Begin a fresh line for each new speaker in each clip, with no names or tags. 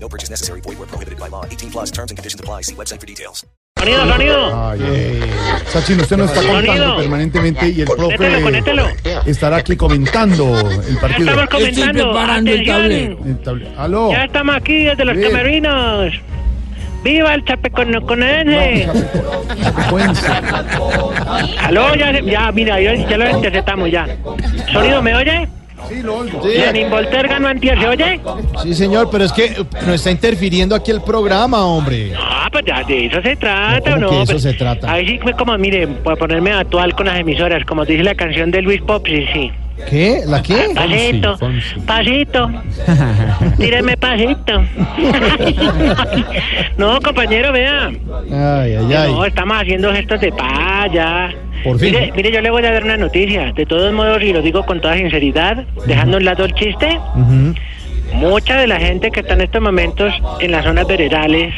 No purchase necessary. Void where prohibited by law. 18 plus terms and conditions apply. See website for details.
Sonido,
Ah,
sonido.
Ay, ay, ay. Sachin, usted nos está contando
Sonido.
permanentemente y el
Conéctelo, conéctelo.
profe estará aquí comentando el
Ya
partido.
este
estamos comentando.
preparando el tablero.
Atención.
El tablero. Aló.
Ya estamos aquí desde los
Bien.
camerinos. ¡Viva el chapeconoconense!
Chapecoense.
Aló, ya, se- ya, mira, ya, ya lo interceptamos ya. Sonido, ¿me oye?
Sí, lo oigo.
Lenin Volter ganó antier, ¿se oye?
Sí, señor, pero es que eh, no está interfiriendo aquí el programa, hombre.
Ah, pues ya de eso se trata, ¿no?
No, ¿cómo que de eso
Pues,
se trata?
Ahí sí fue como, miren, para ponerme actual con las emisoras, como dice la canción de Luis Pop, sí, sí.
¿Qué? ¿La
Ah,
qué?
Pasito, pasito. Tíreme pasito. no, compañero, vea.
Ay, ay,
No,
ay.
estamos haciendo gestos de paz ya.
Por fin.
Mire, mire, yo le voy a dar una noticia. De todos modos, y lo digo con toda sinceridad, dejando a un lado el chiste,
Ujú.
mucha de la gente que está en estos momentos en las zonas veredales,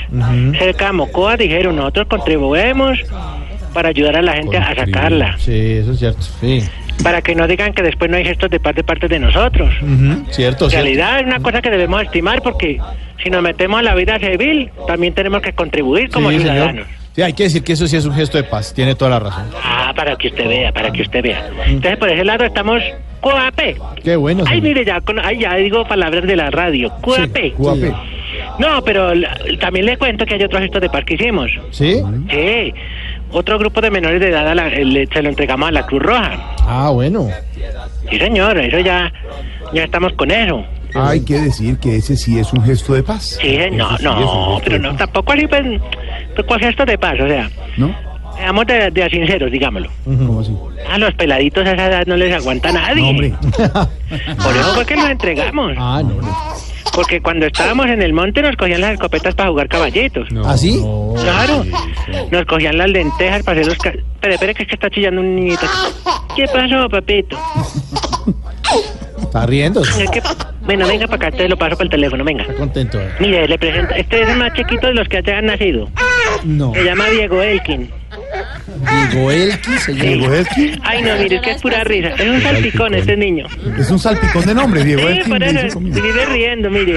cerca de Mocoa, dijeron, nosotros contribuimos para ayudar a la gente a sacarla,
Sí, eso es cierto. Sí.
para que no digan que después no hay gestos de paz de parte de nosotros.
Ujú, Cierto,
En
cierto.
realidad es una cosa que debemos estimar porque si nos metemos a la vida civil, también tenemos que contribuir como
Sí,
ciudadanos.
señor. Sí, hay que decir que eso sí es un gesto de paz. Tiene toda la razón.
Ah, para que usted vea, para que usted vea. Entonces, por ese lado estamos COAP.
Qué bueno.
Ay,
señor.
mire, ya, con- ay, ya digo palabras de la radio. COAP.
Cuape.
No, pero la- también le cuento que hay otros gestos de par que hicimos.
¿Sí?
Sí. Otro grupo de menores de edad a la- eh, le- se lo entregamos a la Cruz Roja.
Ah, bueno.
Sí, señor, eso ya, ya estamos con eso.
Hay que decir que ese sí es un gesto de paz.
Sí, no,
Ese sí es un
no,
gesto
pero
de
no,
paz,
tampoco así, pues, pues, ¿cuál gesto de paz? O sea,
¿No?
seamos de, de sinceros, digámoslo.
¿Cómo así?
A los peladitos a esa edad no les aguanta nadie.
No, hombre.
Por eso fue que los entregamos.
Ah, no. no.
Porque cuando estábamos en el monte nos cogían las escopetas para jugar caballitos.
¿Ah, sí?
Claro. Nos cogían las lentejas para hacer los... ca- Espere, espere, que es que está chillando un niñito. ¿Qué pasó, papito?
Está riendo. Está
Es que- Bueno, venga para acá, te lo paso para el teléfono, venga.
contento.
Mire, le presento... Este es el más chiquito de los que ya han nacido.
No.
Se llama Diego Elkin.
Digo, Elki, señor.
Diego Elkin.
Ay, no, mire, es que es pura risa. Es un salpicón este niño.
Es un salpicón de nombre, Diego
Sí,
Elkin.
por
le dicen
eso,
conmigo.
vive riendo, mire.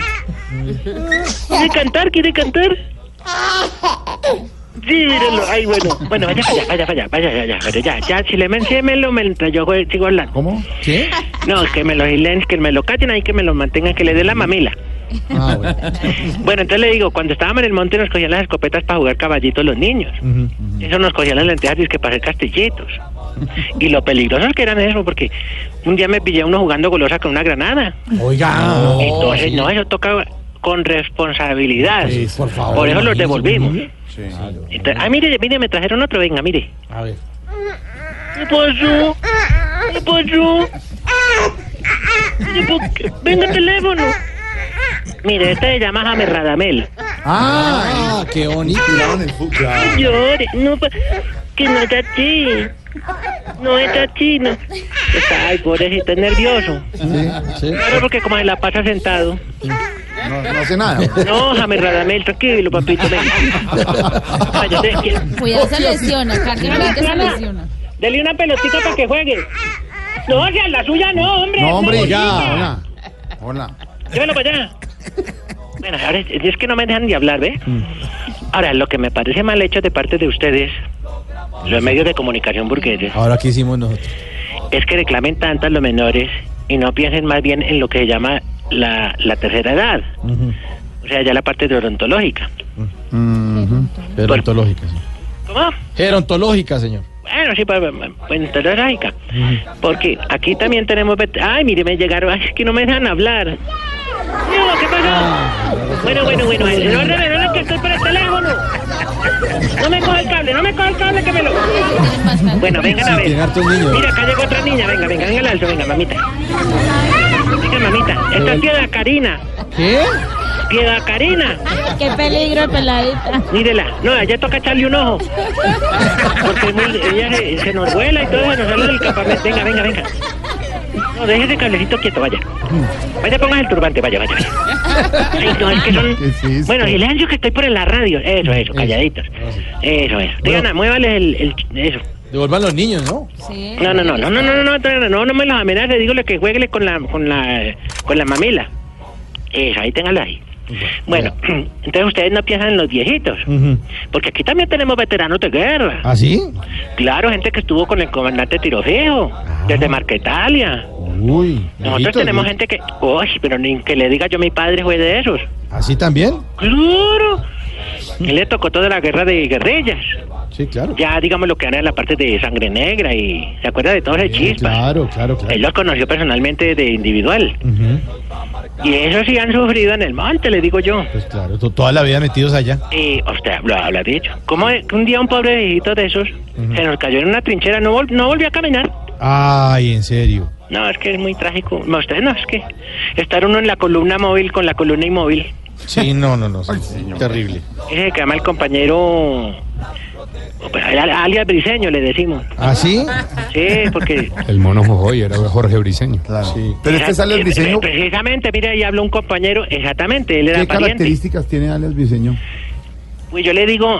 ¿Quiere cantar? ¿Quiere cantar? Sí, mírenlo. Ay, bueno. Bueno, vaya, vaya, vaya, vaya, vaya, vaya. Pero ya, ya, si le mencionenlo mientras yo jue- sigo hablando.
¿Cómo?
¿Qué?
No, que me lo silen, que me lo callen ahí, que me lo mantengan, que le dé la mamila.
Ah, bueno.
Bueno, entonces le digo, cuando estábamos en el monte nos cogían las escopetas para jugar caballitos los niños.
Ujú.
Eso nos cogían las lentejas que para hacer castillitos. Y lo peligrosos que eran eso, porque un día me pillé uno jugando golosa con una granada.
Oiga.
Entonces, no, eso toca con responsabilidad.
por favor.
Por eso los devolvimos.
Sí.
Entonces, ah, mire, mire, me trajeron otro, venga, mire.
A ver.
¿Qué pasó? ¿Qué pasó? ¿Qué po- qué? Venga, teléfono. Mire, este se llama James Radamel.
Ah, qué bonito.
Tiraron el fútbol.
No llore, no, pa- que no está así. No está así, no. Está, ay, pobrecito, es nervioso.
Sí, sí.
Claro, porque como se la pasa sentado.
No, no hace nada.
No, James Radamel, tranquilo, papito, venga.
Ah,
Ay, yo te-
Cuidado, se lesiona. Carlos se lesiona.
Dele una pelotita para que juegue. No, o sea, la suya no, hombre.
No, hombre,
Una
ya.
bolita.
Hola. Hola.
Llévalo para allá. Bueno, ahora es, es que no me dejan ni hablar, ¿ve?
Mm.
Ahora, lo que me parece mal hecho de parte de ustedes, los medios de comunicación burgueses,
Ahora, ¿qué hicimos nosotros?
es que reclamen tanto a los menores y no piensen más bien en lo que se llama la, la tercera edad. O sea, ya la parte de odontológica.
Gerontológica, señor.
¿Cómo?
Gerontológica, seor
Bueno, sí, pues, bueno, odontológica. Porque aquí también tenemos... vet- Ay, mire, me llegaron... Ay, es que no me dejan hablar. No, ¿qué pasó? Bueno, bueno, bueno. En orden, en orden, que estoy por el teléfono. No me coja el cable, no me coja el cable, que me lo... Bueno, vengan a
Tiene
ver.
hartos niños.
Mira, acá llegó otra niña. Venga, venga, venga, la alzo, venga, mamita. Venga, mamita. Esta es tía de la Karina.
¿Qué?
Piedad Karina.
Qué peligro, peladita.
Mírela. No, allá toca echarle un ojo. Porque es muy- ella se, se nos vuela y todo, se nos sale del campamento. Venga, venga, venga. No, deje ese cablecito quieto, vaya. Vaya, pongas el turbante, vaya, vaya, vaya. Ay, no, es que son...
¿Qué es esto?
Bueno, silencio que estoy por la radio. Eso, eso, calladitos. Eso, eso. Diana, muévales el... el- eso.
Devuelvan los niños, ¿no?
Sí.
No, no, no, no, no, no, no, no, no, no, no me los amenaces, dígole que juegue con la, con la, con la mamila. Eso, ahí téngala ahí. Bueno, entonces ustedes no piensan en los viejitos, porque aquí también tenemos veteranos de guerra.
Mm. ¿Ah, sí?
Claro, gente que estuvo con el comandante Tirofijo, desde Marquetalia.
Uy.
Nosotros
Ah. viejitos,
tenemos
vie-
gente que, uy, pero ni que le diga yo mi padre fue de esos.
¿Así también?
Claro.
Mm.
Él le tocó toda la guerra de guerrillas.
Sí, claro.
Ya digamos lo que era la parte de sangre negra y se acuerda de todas esas
Sí,
chispas.
Eh, Claro, claro,
Él
claro.
los conoció personalmente de individual.
Ujú,
Y eso sí han sufrido en el monte, le digo yo.
Pues claro, to- toda la vida metidos allá.
Y usted lo habla dicho. ¿Cómo es que un día un pobre viejito de esos se nos cayó en una trinchera? No, vol- no volvió a caminar.
Ay, en serio.
No, es que es muy trágico. No, usted no, es que estar uno en la columna móvil con la columna inmóvil.
Sí, no, no, no. terrible.
Ese que llama el compañero. pues, al- Alias Briseño, le decimos.
¿Ah, sí?
Sí, porque.
El mono Jojoy era Jorge Briseño.
Claro.
Sí.
Pero este sale el diseño.
eh, Precisamente, mira, ahí habla un compañero, exactamente, él era
¿Qué
pariente.
características tiene Alex Briseño?
Pues yo le digo,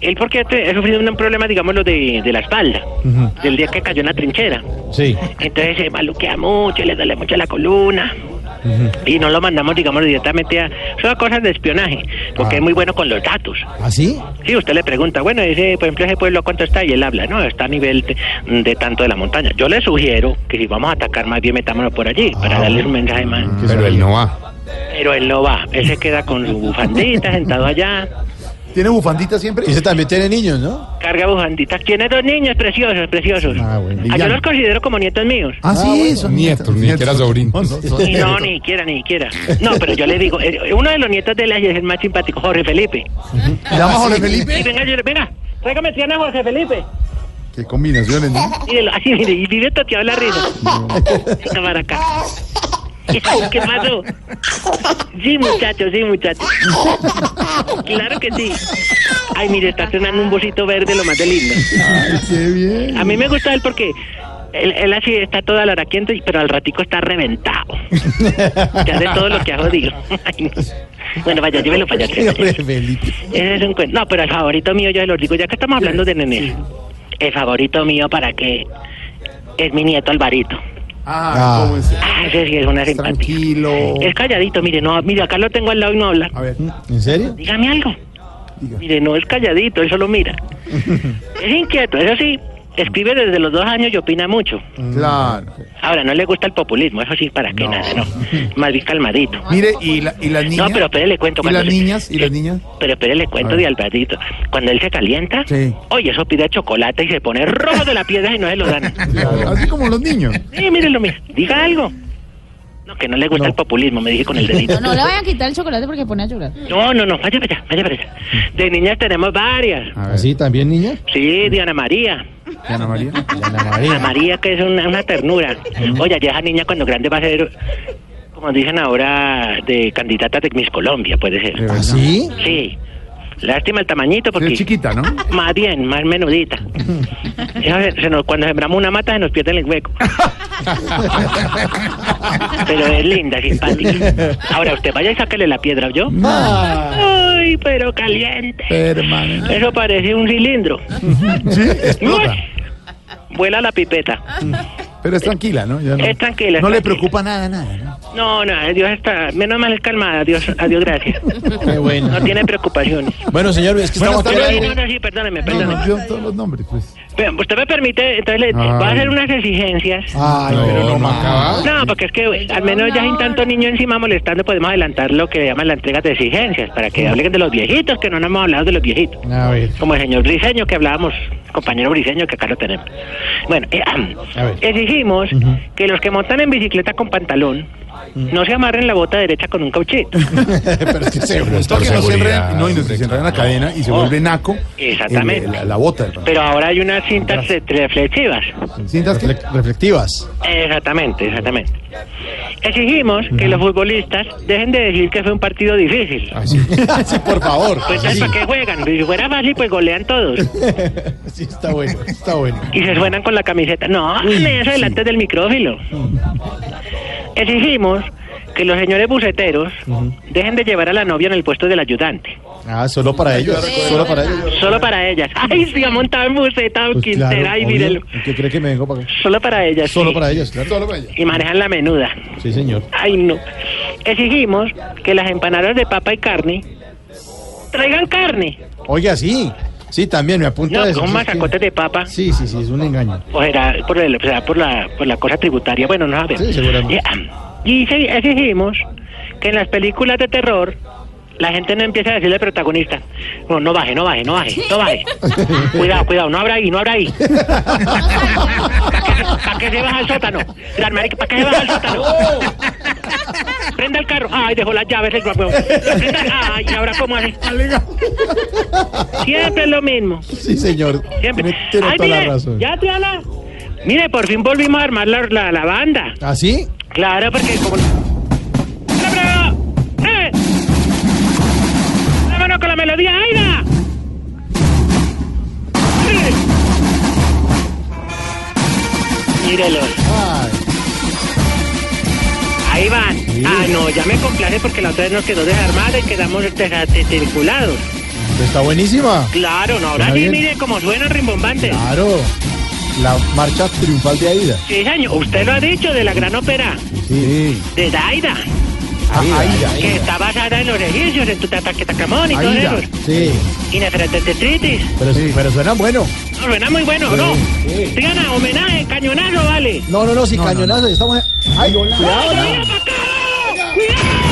él porque ha ha sufrido un problema, digamos, lo de, de la espalda,
Ujú.
del día que cayó en la trinchera.
Sí.
Entonces se maluquea mucho, le duele mucho la columna. Y no lo mandamos, digamos, directamente a... Son cosas de espionaje, porque
Ah.
es muy bueno con los datos.
¿Ah, sí?
Sí, usted le pregunta, bueno, ese, por ejemplo, ese pueblo, ¿cuánto está? Y él habla, no, está a nivel de, de tanto de la montaña. Yo le sugiero que si vamos a atacar, más bien metámonos por allí,
Ah,
para darle un mensaje más.
Pero él no va.
Pero él no va, él se queda con su bufandita sentado allá.
¿Tiene bufandita siempre?
Ese también tiene niños, ¿no?
Carga bufanditas. Tiene dos niños preciosos, preciosos.
Ah, bueno.
Ah, yo
Villano.
los considero como nietos míos.
Ah, sí,
bueno,
son
nietos, ni siquiera sobrinos.
No, no, son
Ah,
Y no,
nietos.
ni siquiera, ni siquiera. No, pero yo le digo, eh, uno de los nietos de él es el más simpático, Jorge Felipe.
¿Llama a Jorge
Y
Felipe?
venga, yo le, venga, tráigame tiana a Jorge Felipe.
Qué combinaciones, ¿no?
Mírelo, así, mire, y vive toteado la risa. Venga para acá. ¿Qué pasó? Sí, muchachos, sí, muchachos. Claro que sí. Ay, mire, está cenando un bolsito verde, lo más de lindo.
Ay, qué bien.
A mí me gusta él porque él, él así está todo alaraquiento, y- pero al ratico está reventado. Que hace todo lo que ha jodido. Ay, no. bueno, vaya, llévelo para allá.
Jorge
Ese
Felipe.
es un cuento. No, pero el favorito mío, yo se los digo, ya que estamos hablando de nenes. El favorito mío para que es mi nieto Alvarito.
Ah, ¿cómo es?
Ah, ese sí es una simpatía.
Tranquilo.
Es calladito, mire, no, mire, acá lo tengo al lado y no habla.
A ver,
¿En serio?
Dígame algo.
Diga.
Mire, no es calladito, él solo mira. es inquieto, eso sí, escribe desde los dos años y opina mucho.
claro.
Ahora, no le gusta el populismo, eso sí, para qué nada, no. Más bien calmadito.
Mire, y, la, y las niñas.
No, pero espere, le cuento.
¿Y
cuando
las
se-
niñas? ¿Y las niñas?
Pero espere, le cuento
A ver.
de Alvarito. Cuando él se calienta,
Sí.
oye, eso pide chocolate y se pone rojo de la piedra y no se lo dan.
Claro, Así como los niños.
Sí, mírenlo, mire. Diga algo. No, que no le gusta el populismo, me dije con el dedito.
No, no le vayan a quitar el chocolate porque pone a llorar.
No, no, no, vaya para allá, vaya para allá. De niñas tenemos varias.
¿Así ¿Ah, también, niña?
Sí, Diana María.
Ana María.
Ana
Ana
María.
María, que es una, una ternura. Oye, ya esa niña cuando grande va a ser, como dicen ahora, de candidata de Miss Colombia, puede ser.
¿Ah, sí?
Sí. Lástima el tamañito
Es
porque...
chiquita, ¿no?
Más bien, más menudita. Eso se- se nos- cuando sembramos una mata se nos pierde el hueco. Pero es linda, simpática. Ahora usted vaya y sáquele la piedra, ¿yo? Ah. Ay, pero caliente.
Hermano.
Eso parece un cilindro.
Sí, explota.
Uy, Vuela la pipeta.
Pero es tranquila, ¿no? Ya no.
Es tranquila, es
No le
tranquila.
preocupa nada, nada, ¿no?
No, no, Dios está. Menos mal es calmada. Adiós, adiós, gracias.
Qué bueno.
No tiene preocupaciones.
Bueno, señor, es que
Bueno,
estamos...
hasta
Pero,
luego.
sí, no, no, sí, perdóneme,
No,
perdóneme.
no, yo todos los nombres, pues.
Pero, Usted me permite, entonces le
Ah.
voy a
Ay.
hacer unas exigencias.
Ay, pero no más.
No, porque es que eh, al menos ya sin tanto niño encima molestando podemos adelantar lo que llaman la entrega de exigencias para
Ah.
que hablen de los viejitos, que no nos hemos hablado de los viejitos.
A ver.
Como el señor Briseño que hablábamos, compañero Briseño que acá lo tenemos. Bueno, eh, ahm,
A ver.
exigimos que los que montan en bicicleta con pantalón No se amarren la bota derecha con un cauchito.
Pero es que se
Pero es
resulta
por
que no se
seguridad,
enreda, no, y no
hombre,
se enreda en la
claro.
cadena y se vuelve naco.
Exactamente.
el- la, la bota. del pantalón.
Pero ahora hay unas cintas eh, reflexivas.
¿Cintas que?
Refle- reflectivas.
Exactamente, exactamente. Exigimos que los futbolistas dejen de decir que fue un partido difícil.
Ay, sí.
Ah, sí, por favor.
Pues
sí,
¿para qué juegan? Si fuera fácil, pues golean todos.
sí, está bueno, está bueno.
Y se suenan con la camiseta. No, hagan eso delante del micrófilo. Exigimos que los señores buceteros dejen de llevar a la novia en el puesto del ayudante.
Ah, solo para ellos, solo para ellos.
Solo para ellas. Ay, sí, ha montado en buceta o
Pues
Quintera
claro,
y
obvio.
mírelo.
¿Y ¿Qué cree que me vengo para acá?
Solo para ellas.
Solo
sí.
para ellos, claro. Solo para ellos.
Y manejan la menuda.
Sí, señor.
Ay, no. Exigimos que las empanadas de papa y carne traigan carne.
Oiga, sí. Sí, también me apunta
No,
a eso.
con
sí,
más
es que-
sacotes de papa.
Sí, sí, sí, es un engaño.
O será por, el- será por, la, por la cosa tributaria. Bueno, no sabemos.
Sí, seguramente.
Y, y sí, exigimos que en las películas de terror la gente no empiece a decirle al protagonista: No, no baje, no baje, no baje, no baje. cuidado, cuidado, no abra ahí, no abra ahí. ¿Para qué se baja al sótano? ¿Para qué se baja al sótano? Prenda el carro. Ay, dejó las llaves el guapo. Prenda- Ay, ¿y ahora cómo hace? Siempre es lo mismo.
Sí, señor.
Siempre.
Tiene, tiene
Ay,
toda
mire,
la razón.
ya te habla. Mire, por fin volvimos a armar la, la, la banda.
¿Ah, sí?
Claro, porque como. ¡Hola, bravo! ¡Eh! ¡Vámonos con la melodía, Aida! ¡Eh! Mírelos.
Ay,
Ahí van. Ah, no, ya me complace porque la otra vez nos quedó desarmada y quedamos este, desarticulados.
pero está buenísima.
Claro, no, ahora
Suena
sí,
bien.
mire cómo suena rimbombante.
Claro. La marcha triunfal de Aida.
Sí, señor, usted lo ha dicho de la gran ópera,
Sí.
de Daida,
Aida. Aida.
que está basada en los egipcios, en Tutankhamón y todo eso.
Sí.
Y Nefertititis.
Pero, pero suena bueno.
No, suena muy bueno, ¿no? Triana, homenaje, cañonazo, vale.
No, no, no, si cañonazo, estamos. en- ¡Ay, hola!
¡Cuidado, mira pa' acá! ¡Cuidado!